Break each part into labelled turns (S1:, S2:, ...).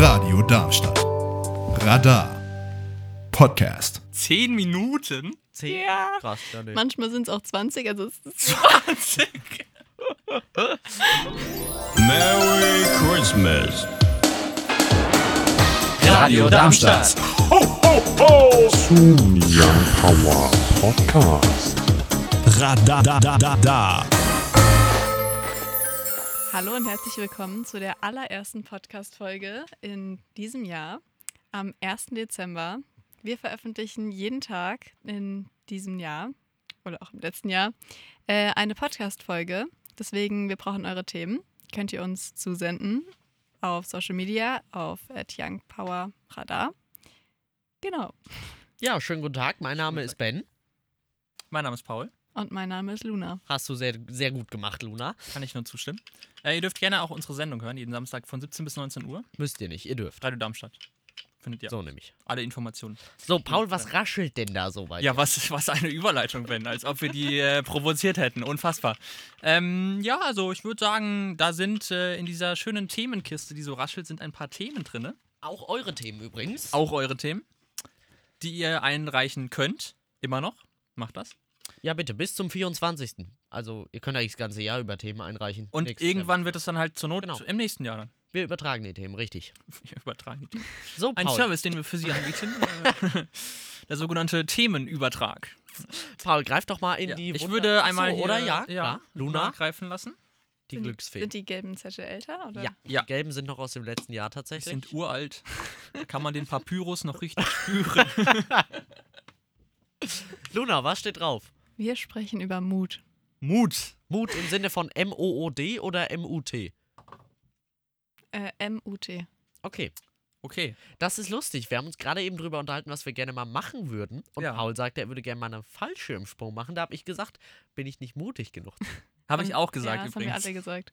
S1: Radio Darmstadt. Radar. Podcast.
S2: Zehn Minuten?
S3: 10?
S4: Ja.
S3: Krass, ja, nee.
S4: Manchmal sind es auch 20, also es ist
S2: 20.
S5: Merry Christmas.
S3: Radio Darmstadt.
S5: Radadadada.
S4: Hallo und herzlich willkommen zu der allerersten Podcast-Folge in diesem Jahr am 1. Dezember. Wir veröffentlichen jeden Tag in diesem Jahr oder auch im letzten Jahr äh, eine Podcast-Folge. Deswegen, wir brauchen eure Themen. Könnt ihr uns zusenden auf Social Media, auf @youngpowerradar. Genau.
S3: Ja, schönen guten Tag. Mein Name ist Ben.
S2: Mein Name ist Paul.
S4: Und mein Name ist Luna.
S3: Hast du sehr, sehr gut gemacht, Luna.
S2: Kann ich nur zustimmen. Äh, ihr dürft gerne auch unsere Sendung hören, jeden Samstag von 17 bis 19 Uhr.
S3: Müsst ihr nicht, ihr dürft.
S2: Radio Darmstadt. Findet ihr
S3: So nämlich.
S2: alle Informationen.
S3: So, Paul, was raschelt denn da so weit?
S2: Ja, was, was eine Überleitung, Ben, als ob wir die äh, provoziert hätten. Unfassbar. Ähm, ja, also ich würde sagen, da sind äh, in dieser schönen Themenkiste, die so raschelt, sind ein paar Themen drin.
S3: Auch eure Themen übrigens.
S2: Auch eure Themen, die ihr einreichen könnt. Immer noch. Macht das.
S3: Ja, bitte, bis zum 24. Also, ihr könnt eigentlich das ganze Jahr über Themen einreichen.
S2: Und
S3: Nächstes
S2: irgendwann wird es dann halt zur Not
S3: Genau.
S2: im nächsten Jahr dann.
S3: Jahr. Wir übertragen die Themen, richtig.
S2: Wir übertragen die
S3: So,
S2: Ein
S3: Paul,
S2: Service, den wir für Sie anbieten. äh, Der sogenannte Themenübertrag.
S3: Paul, greif doch mal in
S2: Ja,
S3: die
S2: ich
S3: Wunde-
S2: würde
S3: Ach
S2: einmal
S3: so,
S2: hier,
S3: oder? Ja,
S2: ja
S3: klar.
S2: Luna
S3: Luna,
S2: greifen lassen.
S3: die Glücksfee.
S4: Sind die gelben Zettel älter? Oder?
S3: Ja,
S2: Ja.
S3: die gelben sind noch aus dem letzten Jahr
S2: Die
S3: tatsächlich.
S2: sind uralt. Da kann man den Papyrus noch richtig spüren.
S3: Luna, was steht drauf?
S4: Wir sprechen über Mut.
S2: Mut.
S3: Mut im Sinne von M-O-O-D oder M-U-T?
S4: Äh, M-U-T.
S3: Okay.
S2: Okay.
S3: Das ist lustig. Wir haben uns gerade eben drüber unterhalten, was wir gerne mal machen würden. Und
S2: Ja.
S3: Paul sagte, er würde gerne mal einen Fallschirmsprung machen. Da habe ich gesagt, bin ich nicht mutig genug.
S2: Habe ich auch gesagt
S4: Ja, das haben wir
S2: übrigens.
S4: alle gesagt.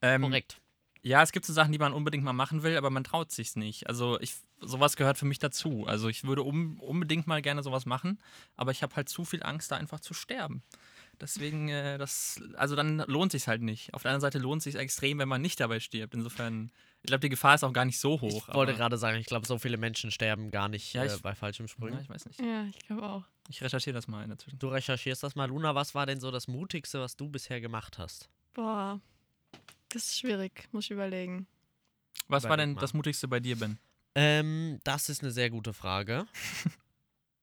S2: Ähm,
S3: Korrekt.
S2: Ja, es gibt so Sachen, die man unbedingt mal machen will, aber man traut sich's nicht. Also ich, sowas gehört für mich dazu. Also ich würde um, unbedingt mal gerne sowas machen, aber ich habe halt zu viel Angst, da einfach zu sterben. Deswegen, äh, das, also dann lohnt sich's halt nicht. Auf der anderen Seite lohnt sich's extrem, wenn man nicht dabei stirbt. Insofern, ich glaube, die Gefahr ist auch gar nicht so hoch.
S3: ich wollte
S2: aber-
S3: gerade sagen, ich glaube, so viele Menschen sterben gar nicht
S2: Ja, ich-
S3: äh, bei Fallschirmsprüngen.
S2: Ja, ich weiß nicht.
S4: Ja, ich glaube auch.
S2: Ich recherchiere das mal in der Zwischenzeit.
S3: Du recherchierst das mal. Luna, was war denn so das Mutigste, was du bisher gemacht hast?
S4: Boah, das ist schwierig, muss ich überlegen.
S2: Was war
S3: Überleg
S2: denn
S3: mal.
S2: das Mutigste bei dir, Ben?
S3: Ähm, das ist eine sehr gute Frage.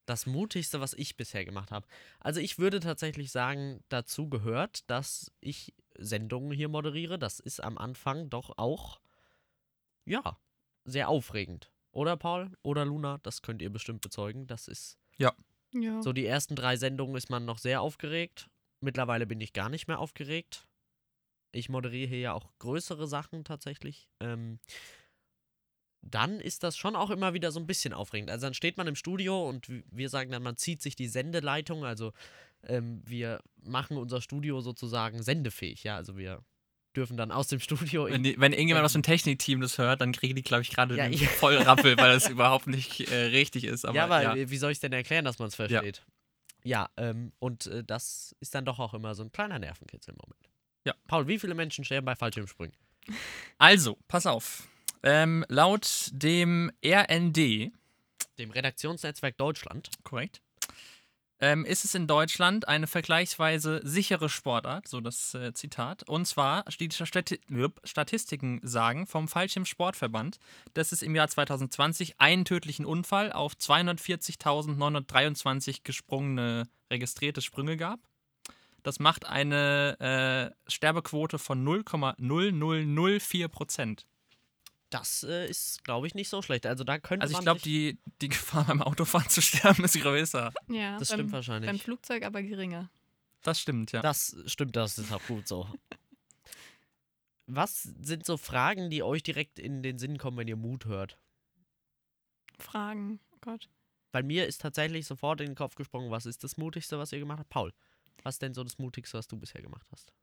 S3: Das mutigste, was ich bisher gemacht habe. Also ich würde tatsächlich sagen, dazu gehört, dass ich Sendungen hier moderiere. Das ist am Anfang doch auch, ja, sehr aufregend. Oder Paul oder Luna, das könnt ihr bestimmt bezeugen. Das ist
S4: Ja.
S3: so, die ersten drei Sendungen ist man noch sehr aufgeregt. Mittlerweile bin ich gar nicht mehr aufgeregt. Ich moderiere hier ja auch größere Sachen tatsächlich. Ähm, dann ist das schon auch immer wieder so ein bisschen aufregend. Also dann steht man im Studio und w- wir sagen dann, man zieht sich die Sendeleitung. Also ähm, wir machen unser Studio sozusagen sendefähig. Ja, also wir dürfen dann aus dem Studio in
S2: Wenn, die, wenn irgendjemand
S3: ähm,
S2: aus dem Technikteam das hört, dann kriegen die, glaube ich, gerade
S3: Ja,
S2: den
S3: ich-
S2: Vollrappel, weil das überhaupt nicht äh, richtig ist. Aber,
S3: ja, aber
S2: ja.
S3: wie soll ich denn erklären, dass man es versteht? Ja, ähm, und äh, das ist dann doch auch immer so ein kleiner Nervenkitzel im Moment.
S2: Ja.
S3: Paul, wie viele Menschen sterben bei Fallschirmspringen?
S2: Also, pass auf. Ähm, laut dem RND,
S3: Dem Redaktionsnetzwerk Deutschland.
S2: korrekt, ähm, ist es in Deutschland eine vergleichsweise sichere Sportart, so das äh, Zitat. Und zwar, die Stati Jupp, Statistiken sagen vom Fallschirmsportverband, dass es im Jahr 2020 einen tödlichen Unfall auf 240.923 gesprungene registrierte Sprünge gab. Das macht eine äh, Sterbequote von 0,0004 Prozent.
S3: Das äh, ist, glaube ich, nicht so schlecht. Also da könnte
S2: Also ich
S3: man
S2: glaube,
S3: sich-
S2: die, die Gefahr beim Autofahren zu sterben ist größer.
S4: ja
S3: das
S4: beim,
S3: stimmt
S4: Beim
S3: wahrscheinlich.
S4: Flugzeug aber geringer.
S2: Das stimmt, ja.
S3: Das stimmt, das ist auch gut so. Was sind so Fragen, die euch direkt in den Sinn kommen, wenn ihr Mut hört?
S4: Fragen, oh Gott.
S3: Bei mir ist tatsächlich sofort in den Kopf gesprungen, was ist das Mutigste, was ihr gemacht habt? Paul, was ist denn so das Mutigste, was du bisher gemacht hast?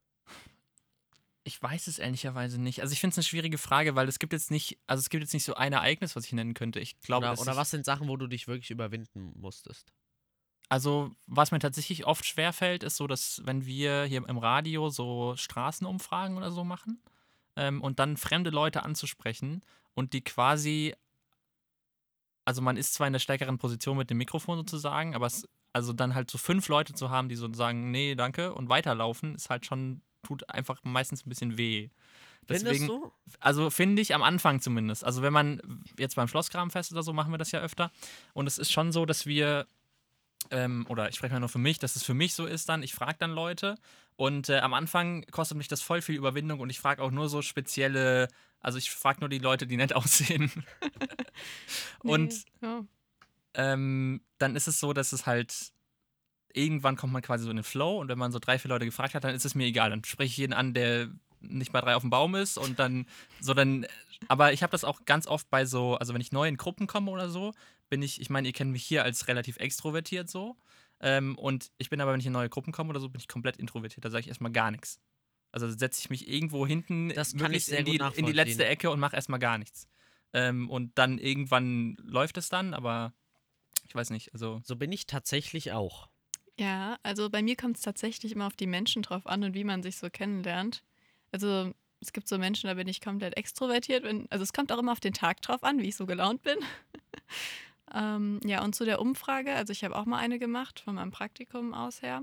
S2: Ich weiß es ehrlicherweise nicht. Also ich finde es eine schwierige Frage, weil es gibt jetzt nicht, also es gibt jetzt nicht so ein Ereignis, was ich nennen könnte. Ich glaube,
S3: oder
S2: dass
S3: oder
S2: ich-
S3: was sind Sachen, wo du dich wirklich überwinden musstest?
S2: Also, was mir tatsächlich oft schwerfällt, ist so, dass wenn wir hier im Radio so Straßenumfragen oder so machen, ähm, und dann fremde Leute anzusprechen und die quasi, also man ist zwar in der stärkeren Position mit dem Mikrofon sozusagen, aber es, also dann halt so fünf Leute zu haben, die so sagen, nee, danke und weiterlaufen, ist halt schon, tut einfach meistens ein bisschen weh. Deswegen,
S3: Wenn das so?
S2: also finde ich am Anfang zumindest. Also wenn man jetzt beim Schlossgrabenfest oder so machen wir das ja öfter. Und es ist schon so, dass wir, ähm, oder ich spreche mal nur für mich, dass es für mich so ist dann, ich frage dann Leute und äh, am Anfang kostet mich das voll viel Überwindung und ich frage auch nur so spezielle, also ich frage nur die Leute, die nett aussehen. und
S4: Nee, ja.
S2: ähm, dann ist es so, dass es halt irgendwann kommt man quasi so in den Flow und wenn man so drei, vier Leute gefragt hat, dann ist es mir egal. Dann spreche ich jeden an, der nicht bei drei auf dem Baum ist und dann so dann. Aber ich habe das auch ganz oft bei so, also wenn ich neu in Gruppen komme oder so, bin ich, ich meine, ihr kennt mich hier als relativ extrovertiert so. Ähm, und ich bin aber, wenn ich in neue Gruppen komme oder so, bin ich komplett introvertiert. Da sage ich erstmal gar nichts. Also setze ich mich irgendwo hinten
S3: Das kann ich
S2: möglichst
S3: sehr
S2: in, die,
S3: gut
S2: in die letzte
S3: nachvollziehen.
S2: Ecke und mache erstmal gar nichts. Ähm, und dann irgendwann läuft es dann, aber ich weiß nicht, also.
S3: So bin ich tatsächlich auch.
S4: Ja, also bei mir kommt es tatsächlich immer auf die Menschen drauf an und wie man sich so kennenlernt. Also es gibt so Menschen, da bin ich komplett extrovertiert. Wenn, also es kommt auch immer auf den Tag drauf an, wie ich so gelaunt bin. ähm, ja, und zu der Umfrage, also ich habe auch mal eine gemacht von meinem Praktikum aus her.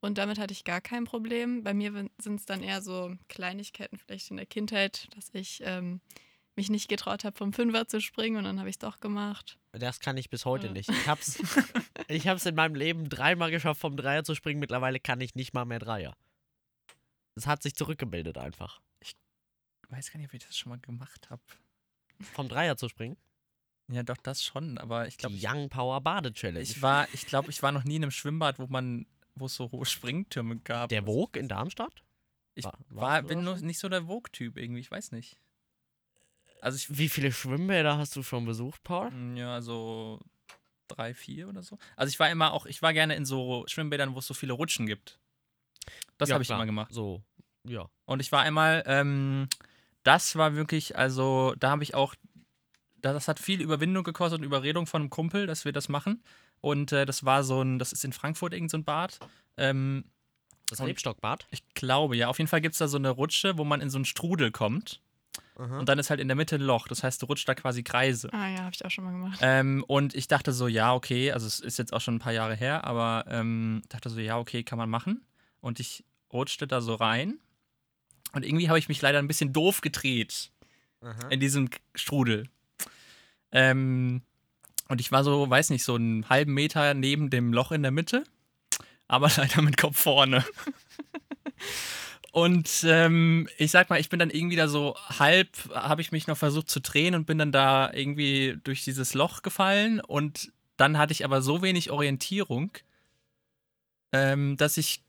S4: Und damit hatte ich gar kein Problem. Bei mir sind es dann eher so Kleinigkeiten vielleicht in der Kindheit, dass ich ähm, mich nicht getraut habe, vom Fünfer zu springen und dann habe ich es doch gemacht.
S3: Das kann ich bis heute
S4: Ja.
S3: nicht. Ich hab's, ich hab's in meinem Leben dreimal geschafft, vom Dreier zu springen. Mittlerweile kann ich nicht mal mehr Dreier. Es hat sich zurückgebildet einfach.
S2: Ich weiß gar nicht, ob ich das schon mal gemacht habe.
S3: Vom Dreier zu springen.
S2: Ja, doch, das schon, aber ich glaube,
S3: Die ne? Young Power Bade Challenge.
S2: ich war, ich glaube, ich war noch nie in einem Schwimmbad, wo man, wo es so hohe Springtürme gab.
S3: der Vogue in Darmstadt?
S2: Ich
S3: Wa-
S2: war,
S3: warst du
S2: bin
S3: da
S2: nur
S3: schon?
S2: nicht so der Vogue-Typ irgendwie, ich weiß nicht. Also ich,
S3: Wie viele Schwimmbäder hast du schon besucht, Paul?
S2: Mm, Ja, so drei, vier oder so. Also ich war immer auch, ich war gerne in so Schwimmbädern, wo es so viele Rutschen gibt. Das
S3: Ja,
S2: habe ich
S3: klar.
S2: immer gemacht.
S3: So, ja.
S2: Und ich war einmal, ähm, das war wirklich, also da habe ich auch, da- das hat viel Überwindung gekostet und Überredung von einem Kumpel, dass wir das machen. Und äh, das war so ein, das ist in Frankfurt irgend so ein Bad. Ähm,
S3: Das
S2: Und-
S3: Rebstockbad.
S2: ich glaube, ja, auf jeden Fall gibt es da so eine Rutsche, wo man in so einen Strudel kommt. Und dann ist halt in der Mitte ein Loch. Das heißt, du rutscht da quasi Kreise.
S4: Ah ja, habe ich auch schon mal gemacht.
S2: Ähm, und ich dachte so, ja, okay, also es ist jetzt auch schon ein paar Jahre her, aber ähm, dachte so, ja, okay, kann man machen. Und ich rutschte da so rein. Und irgendwie habe ich mich leider ein bisschen doof gedreht in diesem K- Strudel. Ähm, und ich war so, weiß nicht, so einen halben Meter neben dem Loch in der Mitte, aber leider mit Kopf vorne. Und ähm, ich sag mal, ich bin dann irgendwie da so halb, habe ich mich noch versucht zu drehen und bin dann da irgendwie durch dieses Loch gefallen. Und dann hatte ich aber so wenig Orientierung, ähm, dass ich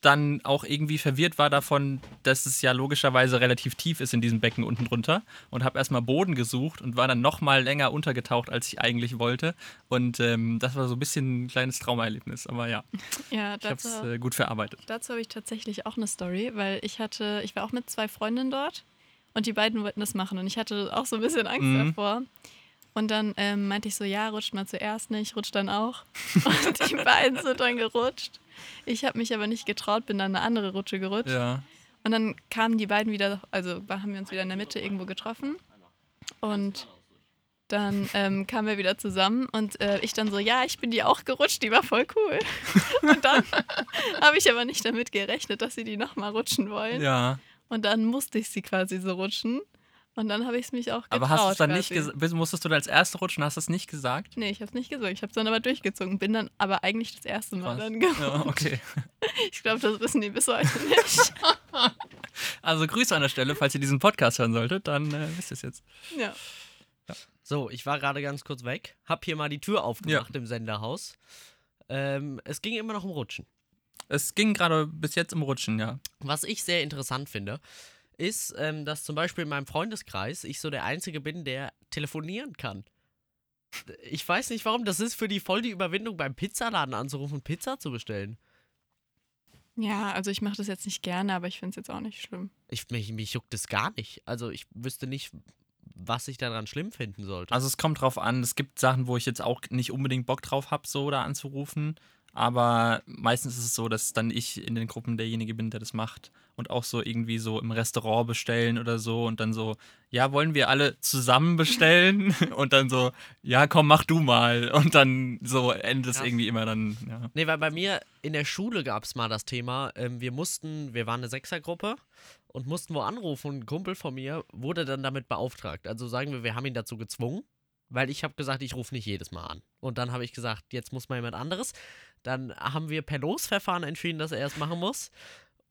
S2: dann auch irgendwie verwirrt war davon, dass es ja logischerweise relativ tief ist in diesem Becken unten drunter und habe erstmal Boden gesucht und war dann nochmal länger untergetaucht, als ich eigentlich wollte. Und ähm, das war so ein bisschen ein kleines Traumaerlebnis, aber ja,
S4: Ja,
S2: ich habe es
S4: dazu,
S2: äh, gut verarbeitet.
S4: Dazu habe ich tatsächlich auch eine Story, weil ich hatte, ich war auch mit zwei Freundinnen dort und die beiden wollten das machen und ich hatte auch so ein bisschen Angst
S2: Mhm.
S4: davor. Und dann ähm, meinte ich so, ja, rutscht mal zuerst nicht, rutscht dann auch. Und die beiden sind dann gerutscht. Ich habe mich aber nicht getraut, bin dann eine andere Rutsche gerutscht.
S2: Ja.
S4: Und dann kamen die beiden wieder, also haben wir uns wieder in der Mitte irgendwo getroffen. Und dann ähm, kamen wir wieder zusammen und äh, ich dann so, ja, ich bin die auch gerutscht, die war voll cool. Und dann habe ich aber nicht damit gerechnet, dass sie die nochmal rutschen wollen.
S2: Ja,
S4: Und dann musste ich sie quasi so rutschen. Und dann habe ich es mich auch getraut.
S2: aber hast du es dann nicht
S4: quasi.
S2: gesagt? Musstest du da als Erste rutschen, hast du es nicht gesagt?
S4: Nee, ich habe es nicht gesagt. Ich habe es dann aber durchgezogen. Bin dann aber eigentlich das erste Mal
S2: Krass.
S4: dann gerutscht.
S2: Ja, okay.
S4: Ich glaube, das wissen die bis heute nicht.
S2: Also Grüße an der Stelle, falls ihr diesen Podcast hören solltet, dann äh, wisst ihr es jetzt.
S4: ja.
S3: So, ich war gerade ganz kurz weg. Hab hier mal die Tür aufgemacht im Senderhaus. Ähm, es ging immer noch um Rutschen.
S2: Es ging gerade bis jetzt im Rutschen, ja.
S3: Was ich sehr interessant finde, ist, ähm, dass zum Beispiel in meinem Freundeskreis ich so der Einzige bin, der telefonieren kann. Ich weiß nicht warum, das ist für die voll die Überwindung, beim Pizzaladen anzurufen und Pizza zu bestellen.
S4: ja, also ich mache das jetzt nicht gerne, aber ich finde es jetzt auch nicht schlimm.
S3: Ich, mich, mich juckt es gar nicht. Also ich wüsste nicht, was ich daran schlimm finden sollte.
S2: Also es kommt drauf an, es gibt Sachen, wo ich jetzt auch nicht unbedingt Bock drauf habe, so da anzurufen. Aber meistens ist es so, dass dann ich in den Gruppen derjenige bin, der das macht. und auch so irgendwie so im Restaurant bestellen oder so und dann so, ja, wollen wir alle zusammen bestellen? und dann so, ja, komm, mach du mal. Und dann so endet es
S3: Krass.
S2: irgendwie immer dann, ja.
S3: Nee, weil bei mir in der Schule gab es mal das Thema, ähm, wir mussten, wir waren eine Sechsergruppe und mussten wo anrufen und ein Kumpel von mir wurde dann damit beauftragt. Also sagen wir, wir haben ihn dazu gezwungen, weil ich habe gesagt, ich rufe nicht jedes Mal an. Und dann habe ich gesagt, jetzt muss mal jemand anderes. Dann haben wir per Losverfahren entschieden, dass er es machen muss.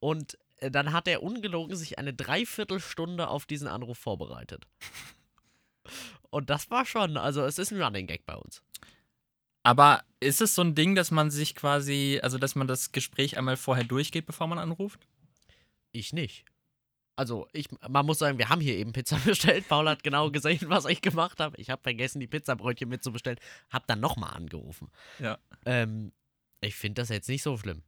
S3: Und äh, dann hat er ungelogen sich eine Dreiviertelstunde auf diesen Anruf vorbereitet. Und das war schon, also es ist ein Running Gag bei uns.
S2: Aber ist es so ein Ding, dass man sich quasi, also dass man das Gespräch einmal vorher durchgeht, bevor man anruft?
S3: Ich nicht. Also, ich, man muss sagen, wir haben hier eben Pizza bestellt. Paul hat genau gesehen, was ich gemacht habe. Ich habe vergessen, die Pizzabrötchen mitzubestellen. Hab dann nochmal angerufen.
S2: Ja.
S3: Ähm, ich finde das jetzt nicht so schlimm.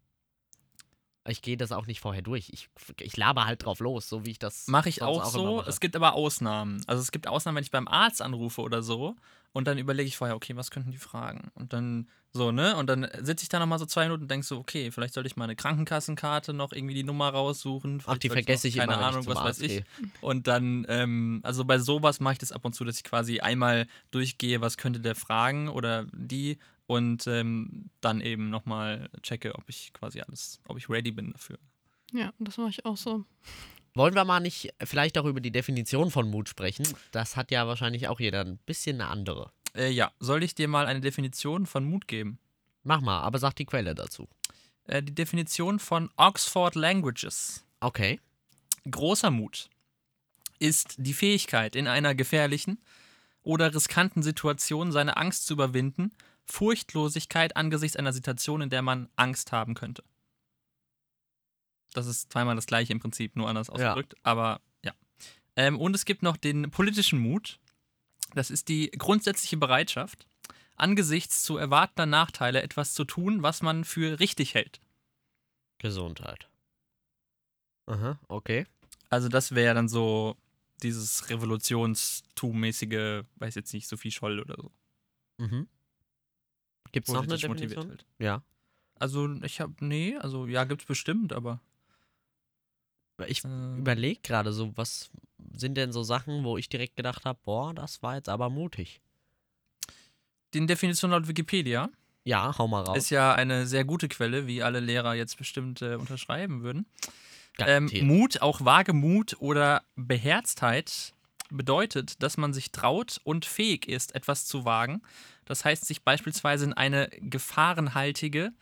S3: Ich gehe das auch nicht vorher durch. Ich, ich laber halt drauf los, so wie ich das.
S2: Mache ich
S3: sonst
S2: auch,
S3: immer
S2: so.
S3: mache.
S2: Es gibt aber Ausnahmen. Also es gibt Ausnahmen, wenn ich beim Arzt anrufe oder so und dann überlege ich vorher, okay, was könnten die fragen? Und dann so, ne? Und dann sitze ich da nochmal so zwei Minuten und denke so, okay, vielleicht sollte ich meine Krankenkassenkarte noch irgendwie die Nummer raussuchen.
S3: Ach,
S2: Vielleicht
S3: die
S2: sollte
S3: vergesse ich
S2: noch,
S3: immer.
S2: Keine
S3: wenn
S2: Ahnung,
S3: ich zum
S2: was
S3: Arzt
S2: weiß ich.
S3: gehe.
S2: Und dann, ähm, also bei sowas mache ich das ab und zu, dass ich quasi einmal durchgehe, was könnte der fragen oder die und ähm, dann eben nochmal checke, ob ich quasi alles, ob ich ready bin dafür.
S4: Ja, das mache ich auch so.
S3: Wollen wir mal nicht vielleicht auch über die Definition von Mut sprechen? Das hat ja wahrscheinlich auch jeder ein bisschen eine andere.
S2: Äh, ja, soll ich dir mal eine Definition von Mut geben?
S3: Mach mal, aber sag die Quelle dazu.
S2: Äh, die Definition von Oxford Languages.
S3: Okay.
S2: Großer Mut ist die Fähigkeit, in einer gefährlichen oder riskanten Situation seine Angst zu überwinden, Furchtlosigkeit angesichts einer Situation, in der man Angst haben könnte. Das ist zweimal das gleiche im Prinzip, nur anders ausgedrückt, aber ja. Ähm, und es gibt noch den politischen Mut. Das ist die grundsätzliche Bereitschaft, angesichts zu erwartender Nachteile etwas zu tun, was man für richtig hält.
S3: Gesundheit. Aha, okay.
S2: Also das wäre dann so dieses Revolutionstum-mäßige, weiß jetzt nicht, Sophie Scholl oder so.
S3: Mhm. Gibt's noch eine
S2: Politisch motiviert
S3: Definition?
S2: halt.
S3: Ja.
S2: Also ich habe, nee, also ja, gibt's bestimmt, aber
S3: Ich
S2: äh,
S3: überlege gerade so, was sind denn so Sachen, wo ich direkt gedacht habe, boah, das war jetzt aber mutig.
S2: die Definition laut Wikipedia
S3: Ja, hau mal raus.
S2: ist ja eine sehr gute Quelle, wie alle Lehrer jetzt bestimmt äh, unterschreiben würden. Ähm,
S3: Garantiert.
S2: Mut, auch Wagemut oder Beherztheit bedeutet, dass man sich traut und fähig ist, etwas zu wagen. Das heißt, sich beispielsweise in eine gefahrenhaltige,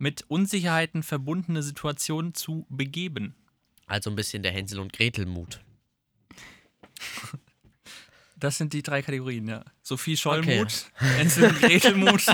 S2: mit Unsicherheiten verbundene Situation zu begeben.
S3: also ein bisschen der Hänsel- und Gretel-Mut.
S2: Das sind die drei Kategorien, ja. Sophie Schollmut,
S3: Okay.
S2: Hänsel und Gretelmut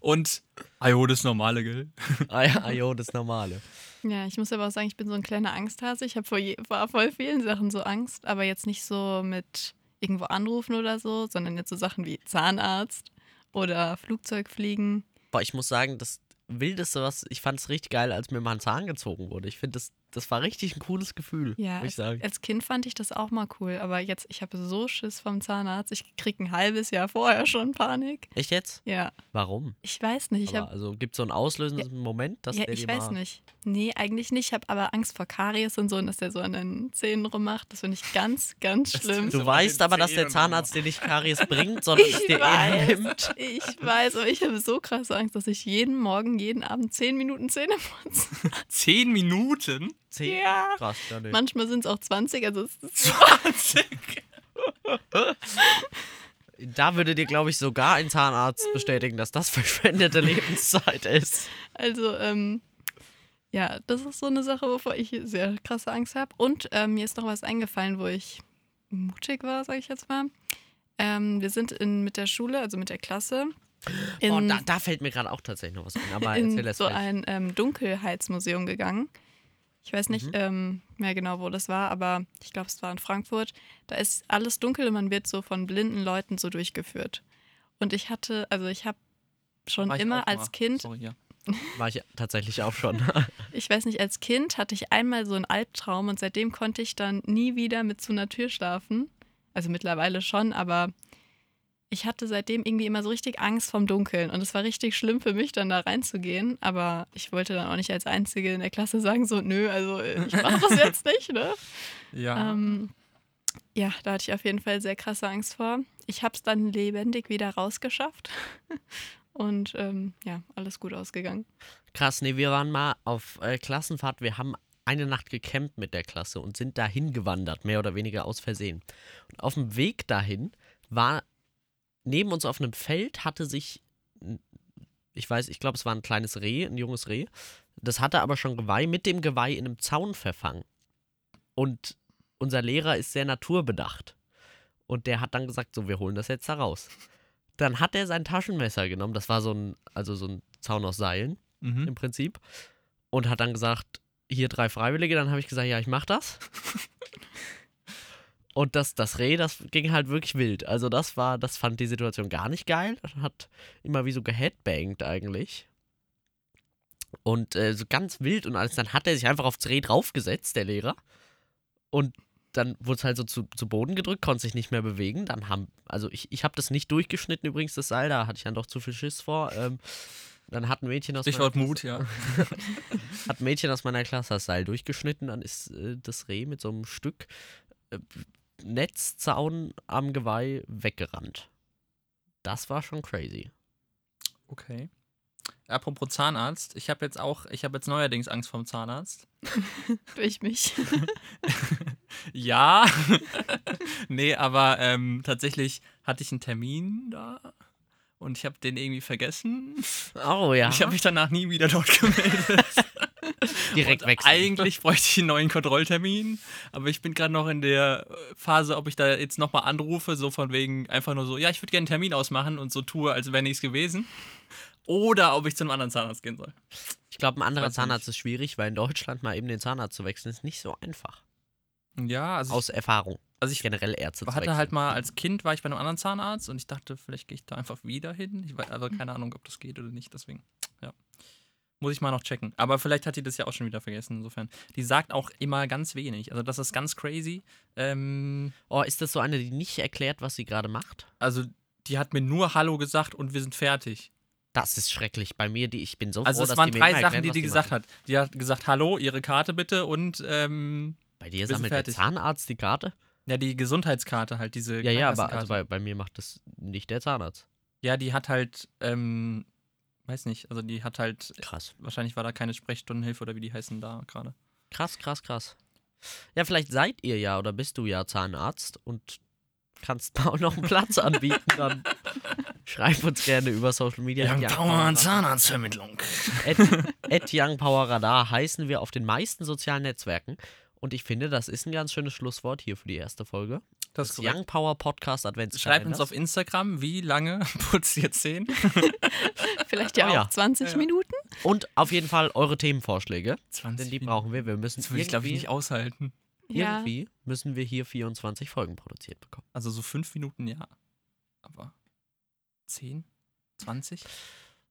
S2: und Ajo, das normale, gell?
S3: ah ja, ah, jo, das Normale.
S4: Ja, ich muss aber auch sagen, ich bin so ein kleiner Angsthase. Ich habe vor, je- vor voll vielen Sachen so Angst, aber jetzt nicht so mit irgendwo anrufen oder so, sondern jetzt so Sachen wie Zahnarzt oder Flugzeugfliegen.
S3: Boah, ich muss sagen, das Wildeste, was ich fand es richtig geil, als mir mal ein Zahn gezogen wurde. Ich finde, das, das war richtig ein cooles Gefühl,
S4: Ja,
S3: muss ich
S4: als,
S3: sagen.
S4: als Kind fand ich das auch mal cool, aber jetzt, ich habe so Schiss vom Zahnarzt. Ich kriege ein halbes Jahr vorher schon Panik.
S3: Echt jetzt?
S4: Ja,
S3: Warum?
S4: ich weiß nicht. Ich
S3: aber
S4: habe
S3: also gibt es so einen auslösenden Moment, dass
S4: ja,
S3: der
S4: ich
S3: dir
S4: weiß
S3: mal
S4: nicht. Nee, eigentlich nicht. Ich habe aber Angst vor Karies und so und dass der so an den Zähnen rummacht. Das finde ich ganz, ganz schlimm.
S3: Du
S2: aber
S3: weißt
S2: den
S3: aber, dass der
S2: Zähnen
S3: Zahnarzt dir nicht Karies bringt, sondern es dir eher nimmt.
S4: Ich weiß, aber ich habe so krasse Angst, dass ich jeden Morgen, jeden Abend zehn Minuten Zähne putze.
S2: Zehn Minuten?
S3: Zehn?
S4: Ja.
S3: Krass, ja, nee.
S4: Manchmal sind es auch 20, also es ist so.
S3: Da würde dir, glaube ich, sogar ein Zahnarzt
S4: Mm.
S3: bestätigen, dass das verschwendete Lebenszeit ist.
S4: Also, ähm, ja, das ist so eine Sache, wovor ich sehr krasse Angst habe. Und ähm, mir ist noch was eingefallen, wo ich mutig war, sage ich jetzt mal. Ähm, wir sind in, mit der Schule, also mit der Klasse, in,
S3: oh, da, da fällt mir gerade auch tatsächlich noch was ein. Aber erzähl
S4: in
S3: erst
S4: so
S3: gleich.
S4: ein ähm, Dunkelheitsmuseum gegangen. Ich weiß nicht
S3: Mhm.
S4: ähm, mehr genau, wo das war, aber ich glaube, es war in Frankfurt. Da ist alles dunkel und man wird so von blinden Leuten so durchgeführt. Und ich hatte, also ich habe schon
S2: War ich auch
S4: immer
S2: mal.
S4: als Kind
S2: Sorry, ja.
S3: War ich tatsächlich auch schon.
S4: ich weiß nicht, als Kind hatte ich einmal so einen Albtraum und seitdem konnte ich dann nie wieder mit zu einer Tür schlafen. Also mittlerweile schon, aber ich hatte seitdem irgendwie immer so richtig Angst vom Dunkeln und es war richtig schlimm für mich, dann da reinzugehen, aber ich wollte dann auch nicht als Einzige in der Klasse sagen, so, nö, also ich mach das jetzt nicht, ne?
S2: Ja.
S4: Ähm, ja, da hatte ich auf jeden Fall sehr krasse Angst vor. Ich habe es dann lebendig wieder rausgeschafft und ähm, ja, alles gut ausgegangen.
S3: Krass, nee, wir waren mal auf äh, Klassenfahrt. Wir haben eine Nacht gecampt mit der Klasse und sind dahin gewandert, mehr oder weniger aus Versehen. Und auf dem Weg dahin war neben uns auf einem Feld hatte sich, n- ich weiß, ich glaube, es war ein kleines Reh, ein junges Reh. Das hatte aber schon Geweih, mit dem Geweih in einem Zaun verfangen. Und unser Lehrer ist sehr naturbedacht. Und der hat dann gesagt, so, wir holen das jetzt da raus. Dann hat er sein Taschenmesser genommen, das war so ein, also so ein Zaun aus Seilen im
S2: Mhm.
S3: Prinzip. Und hat dann gesagt, hier drei Freiwillige. Dann habe ich gesagt, ja, ich mach das. Und das, das Reh, das ging halt wirklich wild. Also das war, das fand die Situation gar nicht geil. Hat immer wie so geheadbangt eigentlich. Und äh, so ganz wild und alles. Dann hat er sich einfach aufs Reh draufgesetzt, der Lehrer. Und dann wurde es halt so zu, zu Boden gedrückt, konnte sich nicht mehr bewegen. Dann haben, also ich, ich habe das nicht durchgeschnitten übrigens, das Seil, da hatte ich dann doch zu viel Schiss vor. Ähm, dann hat ein Mädchen aus meiner
S2: Stichwort
S3: Klasse-
S2: Mut, ja.
S3: hat ein Mädchen aus meiner Klasse das Seil durchgeschnitten, dann ist äh, das Reh mit so einem Stück äh, Netzzaun am Geweih weggerannt. Das war schon crazy.
S2: Okay. Apropos Zahnarzt, ich habe jetzt auch, ich habe jetzt neuerdings Angst vorm Zahnarzt.
S4: Durch mich.
S2: Ja. nee, aber ähm, tatsächlich hatte ich einen Termin da und ich habe den irgendwie vergessen.
S3: Oh ja,
S2: Ich habe mich danach nie wieder dort gemeldet.
S3: direkt
S2: Und
S3: wechseln.
S2: Eigentlich bräuchte ich einen neuen Kontrolltermin, aber ich bin gerade noch in der äh, Phase, ob ich da jetzt nochmal anrufe, so von wegen einfach nur so, ja, ich würde gerne einen Termin ausmachen und so tue, als wäre nichts gewesen. Oder ob ich zu einem anderen Zahnarzt gehen soll.
S3: Ich glaube, ein anderer
S2: Weiß ich
S3: Zahnarzt ist schwierig, weil in Deutschland mal eben den Zahnarzt zu wechseln ist nicht so einfach.
S2: Ja, also
S3: Aus Erfahrung,
S2: also ich
S3: generell Ärzte zu
S2: hatte
S3: wechseln.
S2: halt mal als Kind war ich bei einem anderen Zahnarzt und ich dachte, vielleicht gehe ich da einfach wieder hin. Ich weiß, also keine Ahnung, ob das geht oder nicht, deswegen. Ja. Muss ich mal noch checken. Aber vielleicht hat die das ja auch schon wieder vergessen, insofern. Die sagt auch immer ganz wenig. Also das ist ganz crazy. Ähm,
S3: Oh, ist das so eine, die nicht erklärt, was sie gerade macht?
S2: also die hat mir nur Hallo gesagt und wir sind fertig.
S3: Das ist schrecklich. Bei mir, die ich bin so
S2: Also
S3: froh,
S2: es
S3: Oh, dass
S2: waren
S3: die mir
S2: drei
S3: immer
S2: Sachen,
S3: erklären,
S2: die
S3: was
S2: die gesagt
S3: machen.
S2: hat. Die hat gesagt, Hallo, ihre Karte bitte und ähm,
S3: Bei dir
S2: Wir sind
S3: sammelt der
S2: fertig.
S3: Zahnarzt die Karte?
S2: ja, die Gesundheitskarte halt, diese
S3: Ja, ja, aber also
S2: Krankenkassenkarte.
S3: bei, bei mir macht das nicht der Zahnarzt.
S2: Ja, die hat halt, ähm, weiß nicht, also die hat halt
S3: Krass.
S2: Wahrscheinlich war da keine Sprechstundenhilfe oder wie die heißen da gerade.
S3: Krass, krass, krass. Ja, vielleicht seid ihr ja oder bist du ja Zahnarzt und kannst mal auch noch einen Platz anbieten. Dann schreib uns gerne über Social Media. at YoungPowerRadar.
S2: Zahnarztvermittlung.
S3: At, at YoungPowerRadar heißen wir auf den meisten sozialen Netzwerken. Und ich finde, das ist ein ganz schönes Schlusswort hier für die erste Folge.
S2: Das ist
S3: Das
S2: korrekt.
S3: Young Power Podcast
S2: Schreibt
S3: Adventskalender.
S2: uns auf Instagram, wie lange putzt ihr Zähne?
S4: Vielleicht ja
S3: Oh
S4: auch
S3: ja.
S4: 20
S2: Ah Ja.
S4: Minuten.
S3: Und auf jeden Fall eure Themenvorschläge,
S2: 20
S3: denn die
S2: Minuten.
S3: brauchen wir. Wir müssen
S2: Das würde ich, glaube ich,
S3: irgendwie,
S2: nicht aushalten.
S4: Ja.
S3: irgendwie müssen wir hier 24 Folgen produziert bekommen.
S2: Also so fünf Minuten, ja. Aber 10? 20?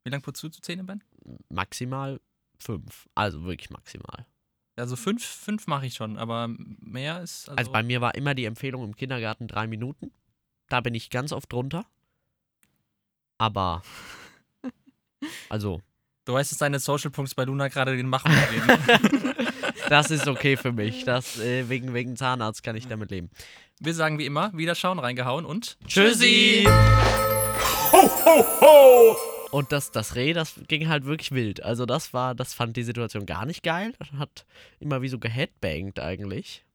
S2: Wie lange putzt du zu Zähne, Ben?
S3: Maximal fünf. Also wirklich maximal.
S2: Also fünf, fünf mache ich schon, aber mehr ist. Also,
S3: Also bei mir war immer die Empfehlung im Kindergarten drei Minuten. Da bin ich ganz oft drunter. Aber. Also,
S2: du weißt, dass deine Social Punkts bei Luna gerade den Machen gehen.
S3: das ist okay für mich. Das, äh, wegen, wegen Zahnarzt kann ich damit leben.
S2: wir sagen wie immer, wieder schauen, reingehauen und.
S3: Tschüssi!
S5: Ho, ho, ho!
S3: Und das, das Reh, das ging halt wirklich wild. Also, das war, das fand die Situation gar nicht geil. Hat immer wie so geheadbangt eigentlich.